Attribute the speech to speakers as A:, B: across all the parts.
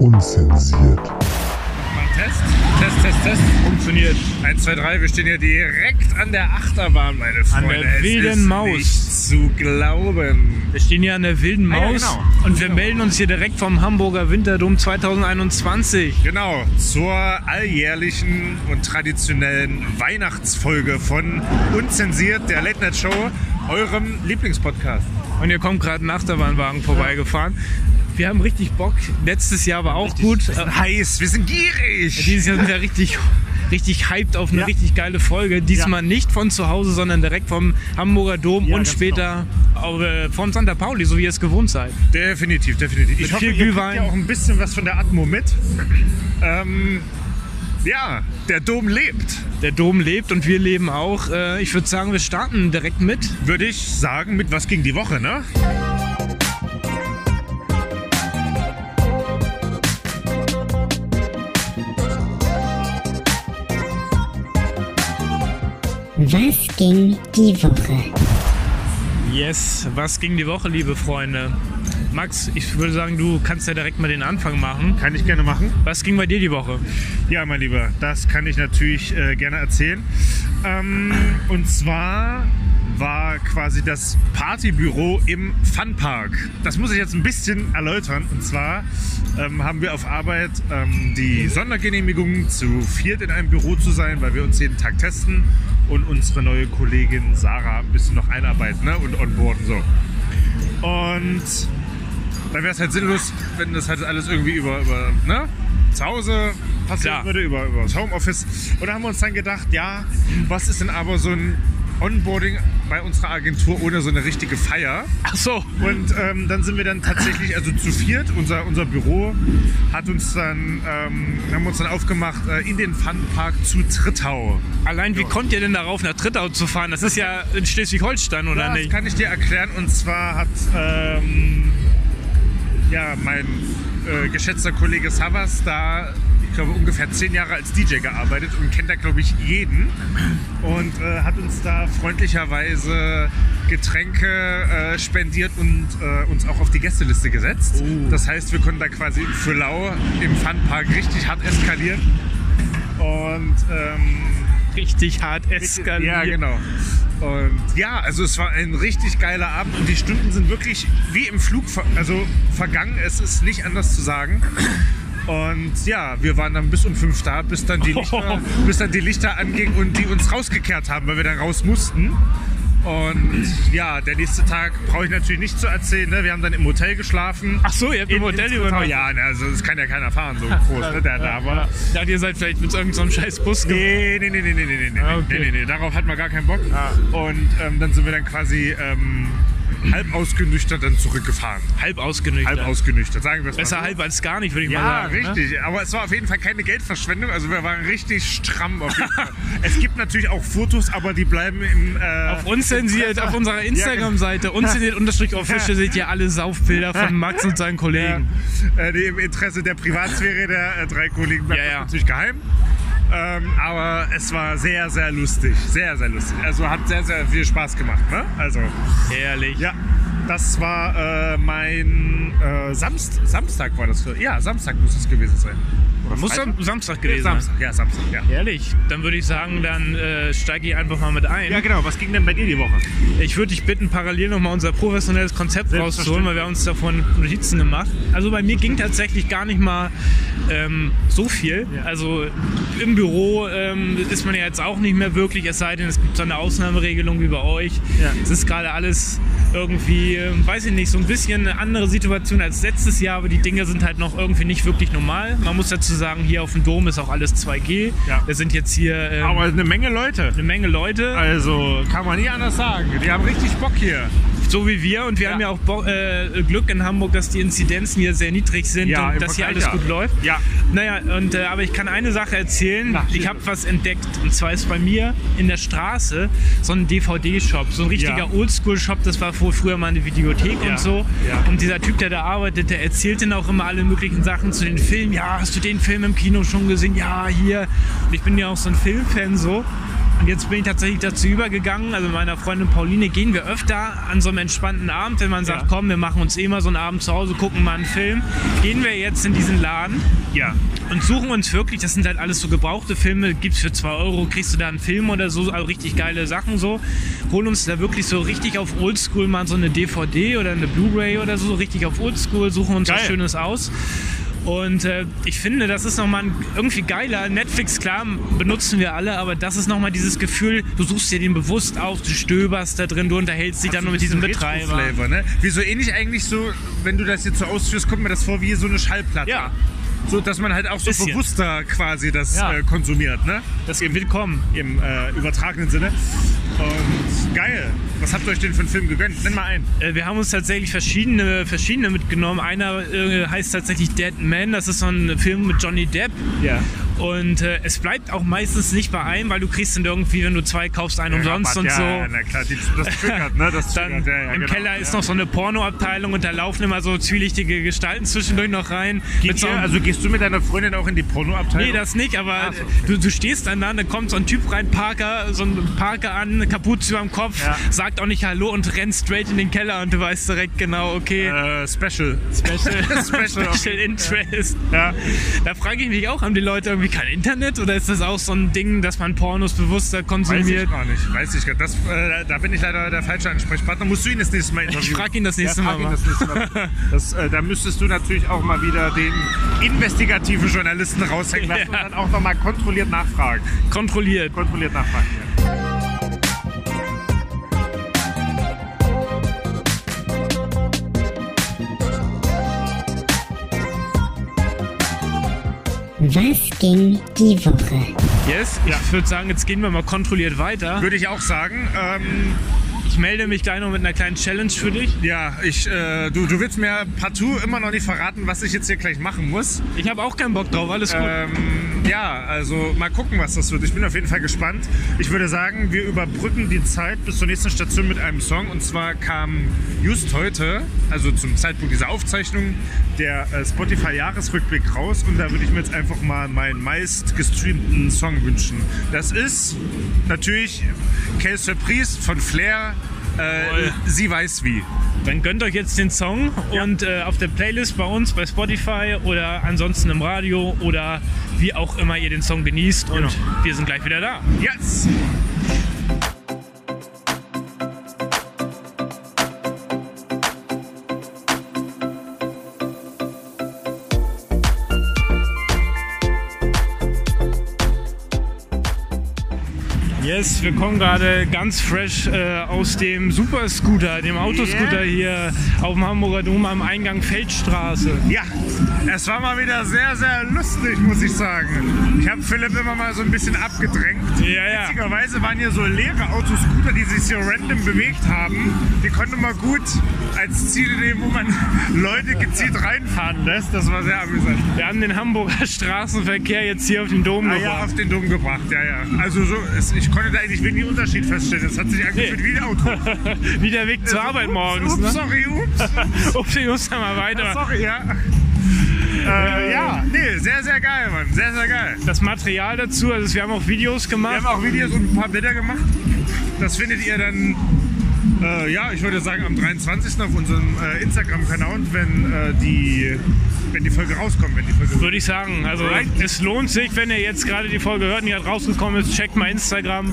A: Unzensiert.
B: Test, Test, Test, Test. Funktioniert. 1, 2, 3. Wir stehen hier direkt an der Achterbahn, meine Freunde.
C: der
B: Es
C: wilden
B: ist
C: Maus.
B: Nicht zu glauben.
C: Wir stehen hier an der wilden
B: Ah, ja,
C: Maus
B: genau.
C: und wir melden uns hier direkt vom Hamburger Winterdom 2021.
B: Genau, zur alljährlichen und traditionellen Weihnachtsfolge von Unzensiert, der Late Night Show, eurem Lieblingspodcast.
C: Und hier kommt gerade ein Achterbahnwagen vorbeigefahren. Wir haben richtig Bock. Letztes Jahr war auch gut. Äh,
B: Heiß, wir sind gierig.
C: Dieses Jahr sind wir richtig, richtig hyped auf eine
B: Ja.
C: richtig geile Folge. Diesmal nicht von zu Hause, sondern direkt vom Hamburger Dom und
B: ganz genau.
C: später auch, äh, vom Santa Pauli, so wie ihr es gewohnt seid.
B: Definitiv, definitiv. Ich
C: Mit
B: hoffe,
C: viel
B: ihr kriegt
C: Glühwein.
B: ja auch ein bisschen was von der Atmo mit. Ähm, ja, der Dom lebt.
C: Der Dom lebt und wir leben auch. Äh, ich würde sagen, wir starten direkt mit.
B: Würde ich sagen, mit was ging die Woche, ne?
D: Was ging die Woche?
C: Yes, was ging die Woche, liebe Freunde? Max, ich würde sagen, du kannst ja direkt mal den Anfang machen.
B: Kann ich gerne machen.
C: Was ging bei dir die Woche?
B: Ja, mein Lieber, das kann ich natürlich äh, gerne erzählen. Ähm, und zwar war quasi das Partybüro im Funpark. Das muss ich jetzt ein bisschen erläutern. Und zwar ähm, haben wir auf Arbeit ähm, die Sondergenehmigung, zu viert in einem Büro zu sein, weil wir uns jeden Tag testen und unsere neue Kollegin Sarah ein bisschen noch einarbeiten ne? und onboarden. So. Und dann wäre es halt sinnlos, wenn das halt alles irgendwie über, über ne? zu Hause passieren
C: Klar.
B: würde, über, über das Homeoffice. Und da haben wir uns dann gedacht, ja, was ist denn aber so ein Onboarding bei unserer Agentur ohne so eine richtige Feier?
C: Ach so.
B: Und ähm, dann sind wir dann tatsächlich, also zu viert, unser, unser Büro hat uns dann, ähm, haben wir uns dann aufgemacht äh, in den Funpark zu Trittau.
C: Allein, wie konnt ihr denn darauf, nach Trittau zu fahren? Das ist ja in Schleswig-Holstein, oder
B: Ja,
C: nicht?
B: Das kann ich dir erklären. Und zwar hat ähm, ja, mein äh, geschätzter Kollege Savas da, ich glaube, ungefähr zehn Jahre als DJ gearbeitet und kennt da, glaube ich, jeden. Und äh, hat uns da freundlicherweise Getränke äh, spendiert und äh, uns auch auf die Gästeliste gesetzt.
C: Oh.
B: Das heißt, wir konnten da quasi für Lau im Funpark richtig hart eskalieren. Und ähm,
C: Richtig hart eskaliert.
B: ja, genau. Und ja, also es war ein richtig geiler Abend und die Stunden sind wirklich wie im Flug ver also vergangen. Es ist nicht anders zu sagen. Und ja, wir waren dann bis um fünf da, bis dann die Lichter, bis dann die Lichter angingen und die uns rausgekehrt haben, weil wir dann raus mussten. Und ja, der nächste Tag brauche ich natürlich nicht zu erzählen. Ne? Wir haben dann im Hotel geschlafen.
C: Ach so, ihr habt im Hotel übernommen.
B: Ja, ne, also das kann ja keiner fahren, so groß, ne, der da war.
C: Ich dachte, ihr seid vielleicht mit irgendeinem scheiß Bus gefahren.
B: Nee, nee, nee, nee, nee, nee, nee,
C: Ah, okay. Ah.
B: nee, nee, nee, darauf hat man gar keinen Bock. Und ähm, dann sind wir dann quasi ähm, halb ausgenüchtert dann zurückgefahren.
C: Halb ausgenüchtert.
B: Halb ausgenüchtert, sagen wir es mal.
C: Besser
B: so.
C: halb als gar nicht, würde ich
B: Ja,
C: mal sagen. Ne?
B: richtig. Aber es war auf jeden Fall keine Geldverschwendung. Also wir waren richtig stramm auf jeden Fall. es gibt natürlich auch Fotos, aber die bleiben im... Äh,
C: Auf unzensiert, auf unserer
B: genau.
C: Instagram-Seite, unzensiert unterstrich official seht ihr alle Saufbilder von Max und seinen
B: Ja,
C: Kollegen.
B: äh, nee, Im Interesse der Privatsphäre der äh, drei Kollegen bleibt
C: Ja,
B: das
C: ja.
B: natürlich geheim. Ähm, aber es war sehr, sehr lustig. Sehr, sehr lustig. Also hat sehr, sehr viel Spaß gemacht. Ne? Also,
C: Ehrlich.
B: ja, das war äh, mein äh, Samst Samstag war das. Ja, Samstag muss es gewesen sein. Oder
C: Muss
B: Freitag?
C: am Samstag gewesen sein.
B: Samstag, ja, Samstag, ja.
C: Ehrlich, dann würde ich sagen, dann äh, steige ich einfach mal mit ein.
B: Ja, genau. Was ging denn bei dir die Woche?
C: Ich würde dich bitten, parallel nochmal unser professionelles Konzept
B: Selbstverständlich.
C: rauszuholen, weil wir haben uns davon Notizen gemacht. Also bei mir ging tatsächlich gar nicht mal ähm, so viel. Also im Büro ähm, ist man ja jetzt auch nicht mehr wirklich, es sei denn, es gibt so eine Ausnahmeregelung wie bei euch. Es ist gerade alles irgendwie, ähm, weiß ich nicht, so ein bisschen eine andere Situation als letztes Jahr, aber die Dinge sind halt noch irgendwie nicht wirklich normal. Man muss dazu sozusagen hier auf dem Dom ist auch alles 2G.
B: Ja.
C: Da sind jetzt hier ähm,
B: Aber eine Menge Leute.
C: eine Menge Leute,
B: Also kann man nie anders sagen. Die haben richtig Bock hier.
C: so wie wir. Und wir
B: Ja.
C: haben ja auch Bo äh, Glück in Hamburg, dass die Inzidenzen hier sehr niedrig sind
B: Ja, im
C: und dass hier alles
B: Vergleich, ja.
C: gut läuft.
B: Ja.
C: Naja, und, äh, aber ich kann eine Sache erzählen.
B: Na,
C: ich
B: schieß
C: habe
B: los.
C: was entdeckt. Und zwar ist bei mir in der Straße so ein DVD-Shop, so ein richtiger
B: Ja.
C: Oldschool-Shop. Das war wohl früher mal eine Videothek
B: Ja,
C: und so.
B: ja.
C: Und dieser Typ, der da arbeitet, der erzählt dann auch immer alle möglichen Sachen zu den Filmen. Ja, hast du den Film im Kino schon gesehen? Ja, hier. Und ich bin ja auch so ein Filmfan so. Und jetzt bin ich tatsächlich dazu übergegangen, also mit meiner Freundin Pauline gehen wir öfter an so einem entspannten Abend, wenn man sagt,
B: Ja.
C: komm, wir machen uns eh mal so einen Abend zu Hause, gucken mal einen Film. Gehen wir jetzt in diesen Laden
B: Ja.
C: und suchen uns wirklich, das sind halt alles so gebrauchte Filme, gibt's für 2 Euro, kriegst du da einen Film oder so, also richtig geile Sachen so. Holen uns da wirklich so richtig auf Oldschool mal so eine DVD oder eine Blu-ray oder so, richtig auf Oldschool, suchen uns was
B: Geil.
C: Schönes aus. Und äh, ich finde, das ist nochmal irgendwie geiler. Netflix, klar, benutzen wir alle, aber das ist nochmal dieses Gefühl, du suchst dir den bewusst auf, du stöberst da drin, du unterhältst dich dann nur mit diesem Betreiber.
B: Retro-Flavor, ne? Wieso ähnlich eigentlich so, wenn du das jetzt so ausführst, kommt mir das vor wie so eine Schallplatte.
C: Ja.
B: So, dass man halt auch so
C: Bisschen.
B: bewusster quasi das
C: Ja.
B: äh, konsumiert, ne?
C: Das wird kommen.
B: Im äh, übertragenen Sinne. Und geil. Was habt ihr euch denn für einen Film gegönnt? Nenn mal einen.
C: Äh, Wir haben uns tatsächlich verschiedene, verschiedene mitgenommen. Einer äh, heißt tatsächlich Dead Man. Das ist so ein Film mit Johnny Depp.
B: Ja.
C: Und äh, es bleibt auch meistens nicht bei einem, weil du kriegst dann irgendwie, wenn du zwei kaufst, einen umsonst
B: Rabatt,
C: und
B: ja,
C: so.
B: Ja, na klar, die, das triggert, ne? Das
C: Dann
B: triggert, ja, ja,
C: im
B: genau.
C: Keller ist
B: ja.
C: noch so eine Pornoabteilung und da laufen immer so zwielichtige Gestalten zwischendurch noch rein. Mit
B: Geht
C: so
B: ihr,
C: einem-
B: also gehst du mit deiner Freundin auch in die Pornoabteilung?
C: Nee, das nicht, aber
B: Ach so.
C: du, du stehst dann da, und da kommt so ein Typ rein, Parker, so ein Parker an, Kapuze über dem Kopf,
B: Ja.
C: sagt auch nicht Hallo und rennt straight in den Keller und du weißt direkt genau, okay,
B: äh, Special.
C: Special,
B: Special auf
C: Special
B: jeden Fall.
C: Interest.
B: Ja.
C: Da frage ich mich auch, haben die Leute irgendwie kein Internet oder ist das auch so ein Ding, dass man Pornos bewusster
B: Weiß ich
C: konsumiert?
B: gar nicht. Weiß ich gar nicht. Das, äh, da bin ich leider der falsche Ansprechpartner. Musst du ihn das nächste Mal interviewen?
C: frag ihn das nächste
B: Ja, frag
C: Mal
B: ihn
C: mal.
B: Das nächste Mal. Das, äh, da müsstest du natürlich auch mal wieder den investigativen Journalisten raushängen lassen
C: Ja.
B: und dann auch nochmal kontrolliert nachfragen.
C: Kontrolliert.
B: Kontrolliert nachfragen. Ja.
D: Was ging die Woche?
C: Yes? Ich würde sagen, jetzt gehen wir mal kontrolliert weiter.
B: Würde ich auch sagen. Ähm,
C: Ich melde mich gleich noch mit einer kleinen Challenge für dich.
B: ja, ich, äh, du, du willst mir partout immer noch nicht verraten, was ich jetzt hier gleich machen muss.
C: Ich habe auch keinen Bock drauf, alles gut.
B: Ähm, ja, also mal gucken, was das wird. Ich bin auf jeden Fall gespannt. Ich würde sagen, wir überbrücken die Zeit bis zur nächsten Station mit einem Song. Und zwar kam just heute, also zum Zeitpunkt dieser Aufzeichnung, der äh, Spotify-Jahresrückblick raus. Und da würde ich mir jetzt einfach mal meinen meist gestreamten Song wünschen. Das ist natürlich Case Surprise von Flair. Äh,
C: Jawohl.
B: sie weiß wie.
C: Dann gönnt euch jetzt den Song und äh, auf der Playlist bei uns bei Spotify oder ansonsten im Radio oder wie auch immer ihr den Song genießt. Und
B: Genau.
C: wir sind gleich wieder da.
B: Yes!
C: Yes, wir kommen gerade ganz fresh äh, aus dem Superscooter, dem Autoscooter hier auf dem Hamburger Dom am Eingang Feldstraße.
B: Ja, es war mal wieder sehr, sehr lustig, muss ich sagen. Ich habe Philipp immer mal so ein bisschen abgedrängt.
C: Ja, ja.
B: Witzigerweise waren hier so leere Autoscooter, die sich hier random bewegt haben. Die konnte man gut als Ziel nehmen, wo man Leute gezielt reinfahren lässt. Das war sehr amüsant.
C: Wir haben den Hamburger Straßenverkehr jetzt hier auf den Dom
B: Ah, ja,
C: gebracht.
B: auf den Dom gebracht, ja, ja. Also so, es, ich konnte da eigentlich wenig Unterschied feststellen. Es hat sich angefühlt wie ein Auto.
C: Wie der Weg zur Arbeit
B: ups,
C: morgens.
B: Ups,
C: Ne?
B: sorry, ups.
C: Ups, wir müssen mal weiter.
B: sorry, ja. Äh, ja, nee, sehr, sehr geil, Mann. Sehr, sehr geil.
C: Das Material dazu, also wir haben auch Videos
B: Wir
C: gemacht.
B: haben auch Videos und ein paar Bilder gemacht. Das findet ihr dann, äh, ja, ich würde sagen, am 23. auf unserem äh, Instagram-Kanal und wenn, äh, die, wenn die Folge rauskommt. Wenn die Folge
C: Würde ich sagen. Also
B: Alright.
C: es lohnt sich, wenn ihr jetzt gerade die Folge hört und ihr rausgekommen ist, checkt mal Instagram.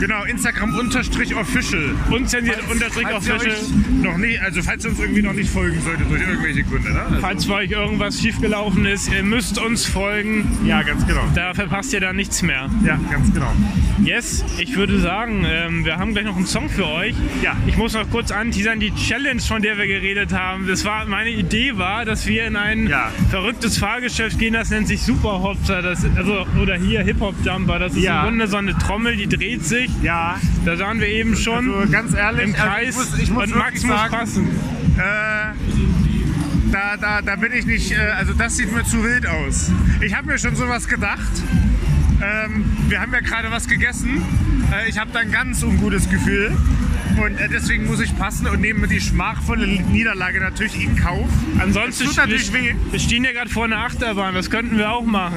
B: Genau, Instagram unterstrich official.
C: Unzensiert unterstrich
B: falls ihr
C: official.
B: euch Noch nie, also falls ihr uns irgendwie noch nicht folgen solltet durch irgendwelche Gründe, ne? Also,
C: Falls bei euch irgendwas schiefgelaufen ist, ihr müsst uns folgen.
B: ja, ganz genau.
C: Da verpasst ihr dann nichts mehr.
B: Ja, ganz genau.
C: Yes, ich würde sagen, ähm, wir haben gleich noch einen Song für euch.
B: Ja.
C: Ich muss noch kurz anteasern, die Challenge, von der wir geredet haben. Das war meine Idee war, dass wir in ein
B: Ja.
C: verrücktes Fahrgeschäft gehen, das nennt sich Superhopster, das, also oder hier Hip-Hop-Jumper. Das ist
B: Ja.
C: im Grunde so eine Trommel, die dreht sich.
B: Ja,
C: Da sahen wir eben schon
B: also ganz ehrlich,
C: im Kreis
B: also ich muss, ich muss
C: und Max
B: wirklich
C: muss
B: sagen,
C: passen.
B: äh, da, da, da bin ich nicht, äh, also das sieht mir zu wild aus. Ich habe mir schon sowas gedacht. Ähm, wir haben ja gerade was gegessen. Äh, ich habe da ein ganz ungutes Gefühl. Und äh, deswegen muss ich passen und nehme die schmachvolle Niederlage natürlich in Kauf.
C: Ansonsten
B: Es tut natürlich
C: wir,
B: weh.
C: wir stehen ja gerade vor einer Achterbahn, das könnten wir auch machen.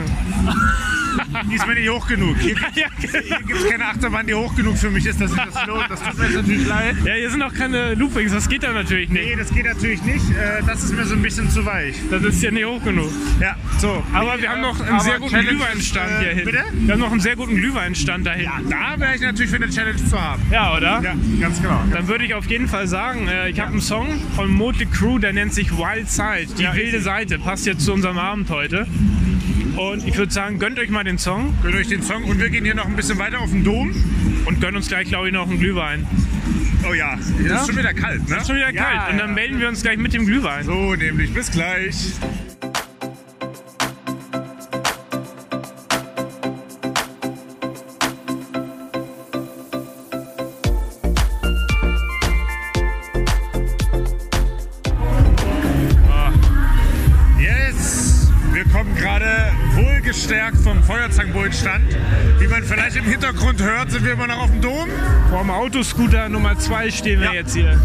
B: Die ist mir nicht hoch genug. Hier gibt
C: Ja, genau.
B: es keine Achterbahn, die hoch genug für mich ist, dass ich das lohnt. Das tut mir jetzt natürlich leid.
C: ja, hier sind auch keine Loopings, das geht da natürlich nicht.
B: Nee, das geht natürlich nicht. Äh, das ist mir so ein bisschen zu weich.
C: Das ist ja nicht hoch genug.
B: Ja, so.
C: Aber
B: Nee,
C: wir haben
B: äh,
C: noch einen
B: aber
C: sehr guten
B: Challenge,
C: Glühweinstand
B: äh,
C: hier hinten.
B: Bitte?
C: Wir haben noch einen sehr guten Glühweinstand da hinten.
B: Da wäre ich natürlich für eine Challenge zu haben.
C: Ja, oder?
B: Ja, ganz genau.
C: Dann würde ich auf jeden Fall sagen, äh, ich habe einen Song von Motley Crew, der nennt sich Wild Side, die wilde Seite. Passt jetzt zu unserem Abend heute. Und ich würde sagen, gönnt euch mal den Song
B: Gönnt euch den Song und wir gehen hier noch ein bisschen weiter auf den Dom.
C: und gönnt uns gleich, glaube ich, noch einen Glühwein.
B: Oh ja, ist schon wieder kalt, ne?
C: Ist schon wieder
B: ja,
C: kalt und dann
B: ja.
C: melden wir uns gleich mit dem Glühwein.
B: So, nämlich bis gleich. Ah. Yes! Wir kommen gerade wohlgestärkt vom Feuerzangenbullenstand. Wie man vielleicht im Hintergrund hört, sind wir immer noch auf dem Dom.
C: Vor dem Autoscooter Nummer 2 stehen wir
B: Ja.
C: jetzt hier.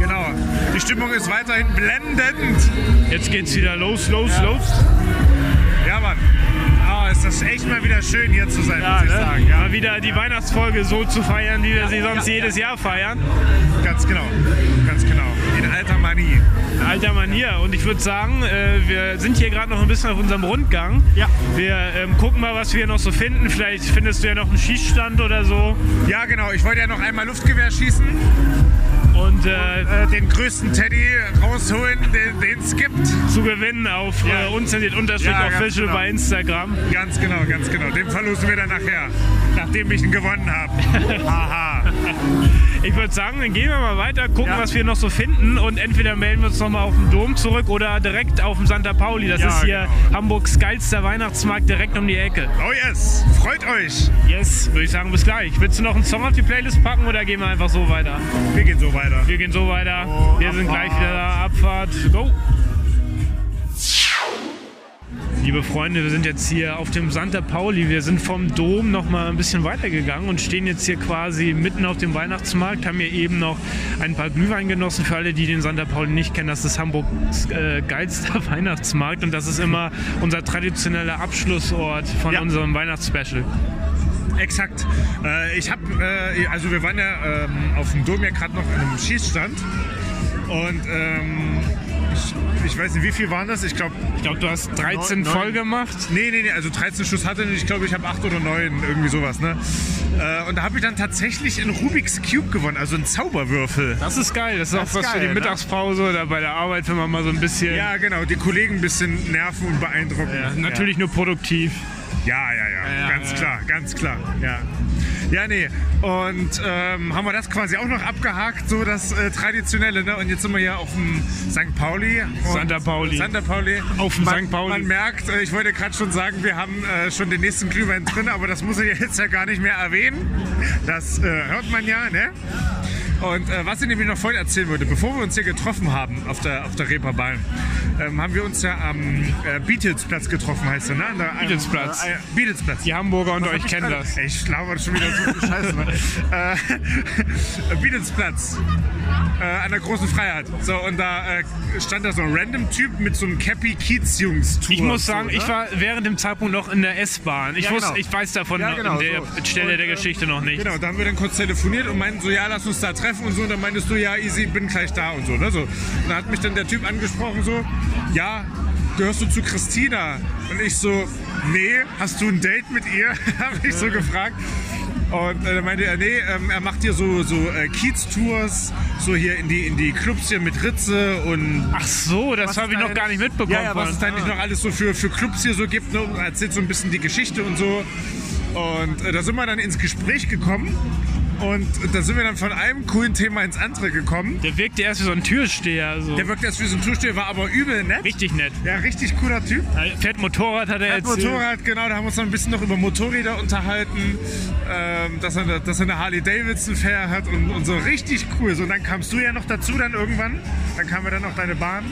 B: Genau. Die Stimmung ist weiterhin blendend.
C: Jetzt geht's wieder los, los, los.
B: Ja, Mann. Ah, ist das echt mal wieder schön, hier zu sein, muss ich
C: ne?
B: sagen. Ja,
C: Mal wieder die Weihnachtsfolge so zu feiern, wie wir sie sonst jedes Jahr feiern.
B: ganz genau. Ganz genau. In alter Manie.
C: Alter Manier. Und ich würde sagen, äh, wir sind hier gerade noch ein bisschen auf unserem Rundgang.
B: Ja.
C: Wir ähm, gucken mal, was wir hier noch so finden. Vielleicht findest du ja noch einen Schießstand oder so.
B: Ja, genau. Ich wollte ja noch einmal Luftgewehr schießen,
C: Und äh,
B: äh, den größten Teddy rausholen, den es gibt.
C: zu gewinnen auf
B: äh, Ja.
C: äh, unzensiert Unterstrich
B: Ja, ganz
C: Official
B: genau.
C: bei Instagram.
B: Ganz genau, ganz genau. Den verlosen wir dann nachher, nachdem ich ihn gewonnen habe. Haha.
C: Ich würde sagen, dann gehen wir mal weiter, gucken,
B: Ja.
C: was wir noch so finden. Und entweder melden wir uns nochmal auf den Dom zurück oder direkt auf den Santa Pauli. Das
B: Ja,
C: ist hier
B: genau.
C: Hamburgs geilster Weihnachtsmarkt direkt um die Ecke.
B: Oh yes, freut euch.
C: Yes, würde ich sagen, bis gleich. Willst du noch einen Song auf die Playlist packen oder gehen wir einfach so weiter?
B: Wir gehen so weiter.
C: Wir gehen so weiter. wir sind
B: Abfahrt.
C: gleich wieder da. Abfahrt. Go! Liebe Freunde, wir sind jetzt hier auf dem Santa Pauli. Wir sind vom Dom noch mal ein bisschen weitergegangen und stehen jetzt hier quasi mitten auf dem Weihnachtsmarkt. Haben hier eben noch ein paar Glühwein genossen. Für alle, die den Santa Pauli nicht kennen, das ist Hamburgs äh, geilster Weihnachtsmarkt und das ist immer unser traditioneller Abschlussort von
B: Ja.
C: unserem Weihnachtsspecial.
B: Exakt. Äh, ich habe, äh, also wir waren ja ähm, auf dem Dom ja gerade noch in einem Schießstand und ähm, ich, ich weiß nicht, wie viel waren das? Ich glaube,
C: Ich glaube, du hast
B: Neun-
C: 13
B: neun.
C: voll gemacht.
B: nee, nee, nee, also 13 Schuss hatte ich. ich glaube, ich habe 8 oder 9, irgendwie sowas, ne? Äh, und da habe ich dann tatsächlich einen Rubik's Cube gewonnen, also einen Zauberwürfel.
C: Das ist geil, das ist
B: Das
C: auch
B: ist
C: was für
B: geil, ne?
C: die Mittagspause oder bei der Arbeit, wenn man mal so ein bisschen.
B: Ja, genau, die Kollegen ein bisschen nerven und beeindrucken.
C: Ja, natürlich nur produktiv.
B: Ja, ja, ja,
C: ja,
B: ganz
C: ja.
B: klar, ganz klar, ja. Ja, nee, und ähm, haben wir das quasi auch noch abgehakt, so das äh, Traditionelle, ne? Und jetzt sind wir hier auf dem St. Pauli. und-
C: Santa Pauli.
B: Santa Pauli.
C: Auf dem
B: Man-
C: St. Pauli.
B: Man merkt, äh, ich wollte gerade schon sagen, wir haben äh, schon den nächsten Glühwein drin, aber das muss ich jetzt ja gar nicht mehr erwähnen. Das äh, hört man ja, ne? Und äh, was ich nämlich noch vorhin erzählen wollte, bevor wir uns hier getroffen haben auf der, auf der Reeperbahn, ähm, haben wir uns ja am äh, Beatlesplatz getroffen, heißt der, ne? An der- am,
C: Beatlesplatz.
B: Äh, Beatlesplatz.
C: Die Hamburger unter euch
B: Hab
C: kennen
B: gerade-
C: das.
B: Ey, Ich laber schon wieder so viel Scheiße, Mann. äh, Beatlesplatz. Äh, an der großen Freiheit. So, und da äh, stand da so ein random Typ mit so einem Cappy Kiez Jungs Tour.
C: Ich muss sagen,
B: so, ne?
C: ich war während dem Zeitpunkt noch in der S-Bahn. Ich,
B: Ja,
C: wusste,
B: genau.
C: ich weiß davon
B: Ja,
C: noch
B: genau,
C: an der
B: so.
C: Stelle
B: Und,
C: der
B: ähm,
C: Geschichte noch nicht.
B: Genau, da haben wir dann kurz telefoniert und meinten so, ja, lass uns da treffen und so. Und dann meintest du, ja, easy, bin gleich da und so. Ne? so. Und da hat mich dann der Typ angesprochen so, ja, gehörst du zu Christina? Und ich so, nee, hast du ein Date mit ihr? Habe ich so gefragt. Und äh, da meinte er, nee, ähm, er macht hier so, so äh, Kiez-Tours, so hier in die, in die Clubs hier mit Ritze und
C: Ach so, das
B: was
C: habe ich
B: da
C: noch gar nicht mitbekommen.
B: Ja, ja was es da
C: vorhin. Ah.
B: nicht noch alles so für, für Clubs hier so gibt. Ne? und Erzählt so ein bisschen die Geschichte und so. Und äh, da sind wir dann ins Gespräch gekommen. Und da sind wir dann von einem coolen Thema ins andere gekommen.
C: Der wirkte erst wie so ein Türsteher. So.
B: Der wirkt erst wie so ein Türsteher, war aber übel nett.
C: Richtig nett.
B: Ja, richtig cooler Typ.
C: Er Fährt Motorrad, hat er
B: Hat
C: erzählt.
B: Motorrad, genau, da haben wir uns noch ein bisschen noch über Motorräder unterhalten, ähm, dass, er, eine- dass er eine Harley Davidson fair hat und, und so richtig cool. So, und dann kamst du ja noch dazu dann irgendwann, dann kam ja dann noch deine Bahn.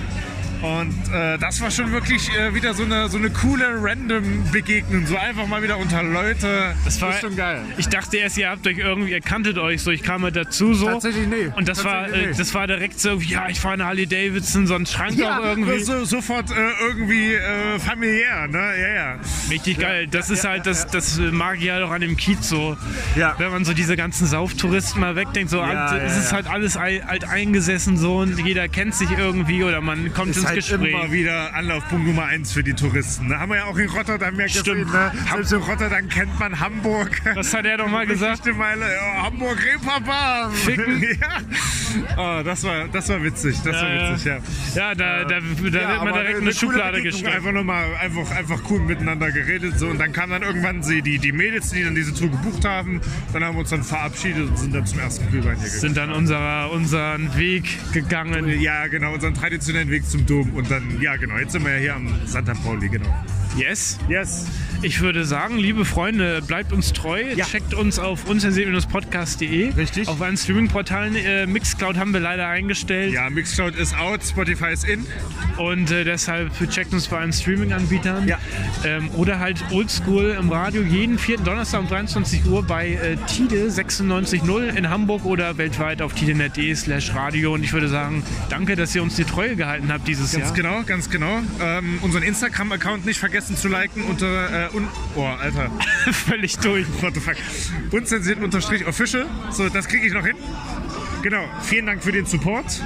B: Und äh, das war schon wirklich äh, wieder so eine, so eine coole random Begegnung, so einfach mal wieder unter Leute.
C: Das war
B: ist schon geil.
C: Ich dachte erst, ihr habt euch irgendwie, ihr kanntet euch so, ich kam mal dazu so.
B: Oh. Tatsächlich nee.
C: Und das war,
B: Tatsächlich
C: äh,
B: nee.
C: das war direkt so, ja, ich fahre eine Harley Davidson, so ein Schrank
B: Ja,
C: auch irgendwie.
B: So, sofort äh, irgendwie äh, familiär, ne? Ja, ja.
C: Richtig geil. Das ist halt, das, das mag ich halt auch an dem Kiez so.
B: Ja.
C: Wenn man so diese ganzen Sauftouristen mal wegdenkt, so
B: Ja,
C: es
B: ja,
C: ist
B: ja.
C: halt alles ei- alt eingesessen so und jeder kennt sich irgendwie oder man kommt
B: ist
C: ins
B: halt
C: Gespräch.
B: immer wieder Anlaufpunkt Nummer eins für die Touristen. Da haben wir ja auch in Rotterdam ja gesehen.
C: Stimmt.
B: Ne? Selbst in Rotterdam kennt man Hamburg.
C: Das hat er doch mal gesagt.
B: Echte Meile, ja, Hamburg Reeperbahn.
C: Ficken.
B: Ja. Oh, das, war, das war witzig. Das war witzig, ja.
C: Ja, da, da, da wird
B: aber
C: man direkt in
B: coole
C: eine Schublade
B: Begegnung.
C: gesteckt.
B: Einfach nochmal einfach, einfach cool miteinander geredet. So. Und dann kamen dann irgendwann sie, die, die Mädels, die dann diese Tour gebucht haben. Dann haben wir uns dann verabschiedet und sind dann zum ersten Glühwein hier gegangen.
C: Sind dann unserer, unseren Weg gegangen.
B: Ja, genau, unseren traditionellen Weg zum Dom. Und dann, ja, genau, jetzt sind wir ja hier am Santa Pauli, genau.
C: Yes.
B: Yes.
C: Ich würde sagen, liebe Freunde, bleibt uns treu.
B: Ja.
C: Checkt uns auf unzensiert-podcast.de.
B: Richtig.
C: Auf allen Streaming-Portalen. Äh, Mixcloud haben wir leider eingestellt.
B: Ja, Mixcloud ist out, Spotify ist in.
C: Und äh, deshalb checkt uns bei allen Streaming-Anbietern.
B: Ja.
C: Ähm, oder halt oldschool im Radio jeden vierten Donnerstag um 23 Uhr bei äh, Tide 96.0 in Hamburg oder weltweit auf tide.net.de slash radio. Und ich würde sagen, danke, dass ihr uns die Treue gehalten habt dieses
B: Ganz
C: Jahr.
B: genau, ganz genau. Ähm, unseren Instagram-Account nicht vergessen zu liken unter äh, un Oh, Alter.
C: Völlig durch.
B: What the fuck? Unzensiert unterstrich official. So, das kriege ich noch hin. Genau, vielen Dank für den Support.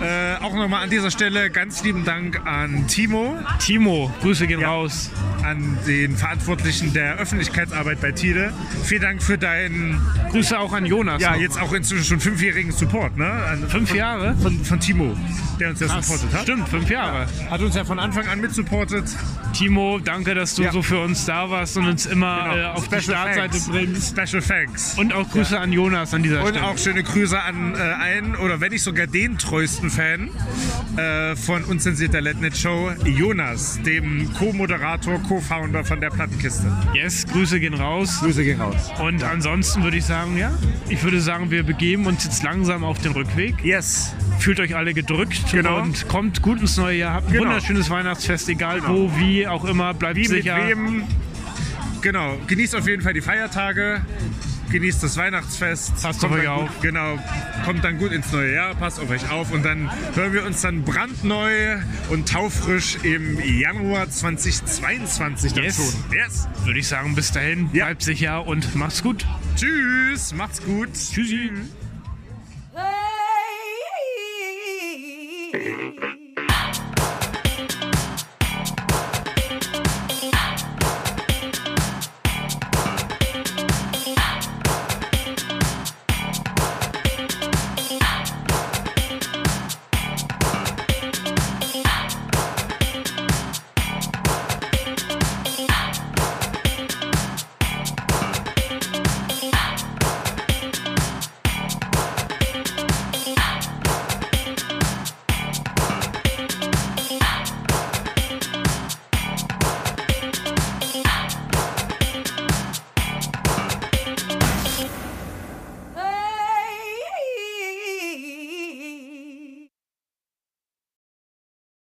B: Äh, auch nochmal an dieser Stelle ganz lieben Dank an Timo,
C: Timo, Grüße gehen
B: Ja.
C: raus.
B: an den Verantwortlichen der Öffentlichkeitsarbeit bei Tide. Vielen Dank für deinen,
C: Grüße auch an Jonas.
B: ja,
C: nochmal.
B: jetzt auch inzwischen schon fünfjährigen Support, ne? An,
C: Fünf Jahre?
B: von, von Timo, der uns ja supportet hat.
C: Stimmt, fünf Jahre.
B: Hat uns ne? ja von Anfang an mitsupportet.
C: Timo, danke, dass du
B: Ja.
C: so für uns da warst und uns immer äh, auf die Startseite
B: Genau. thanks.
C: bringst.
B: Special Thanks.
C: Und auch Grüße an Jonas an dieser
B: Und
C: Stelle.
B: auch schöne Grüße an äh, einen oder wenn nicht sogar den treuesten Fan äh, von unzensierter Letnet Show, Jonas, dem Co-Moderator, Co-Founder von der Plattenkiste.
C: Yes, Grüße gehen raus.
B: Grüße gehen raus.
C: Und ansonsten würde ich sagen, ja, ich würde sagen, wir begeben uns jetzt langsam auf den Rückweg.
B: Yes.
C: Fühlt euch alle gedrückt
B: Genau.
C: und kommt gut ins neue Jahr. Habt ein
B: Genau.
C: wunderschönes Weihnachtsfest, egal wo, wie, auch immer. Bleibt
B: Wie
C: sicher.
B: mit wem? Genau. Genießt auf jeden Fall die Feiertage. Genießt das Weihnachtsfest.
C: Passt
B: Kommt
C: auf euch
B: dann gut-
C: auf.
B: Genau. Kommt dann gut ins neue Jahr. Passt auf euch auf. Und dann hören wir uns dann brandneu und taufrisch im Januar 2022 dann
C: Yes.
B: schon. Yes.
C: Würde ich sagen, bis dahin,
B: Ja.
C: bleibt sicher und macht's gut.
B: Tschüss. Macht's gut.
C: Tschüssi.
A: Hey.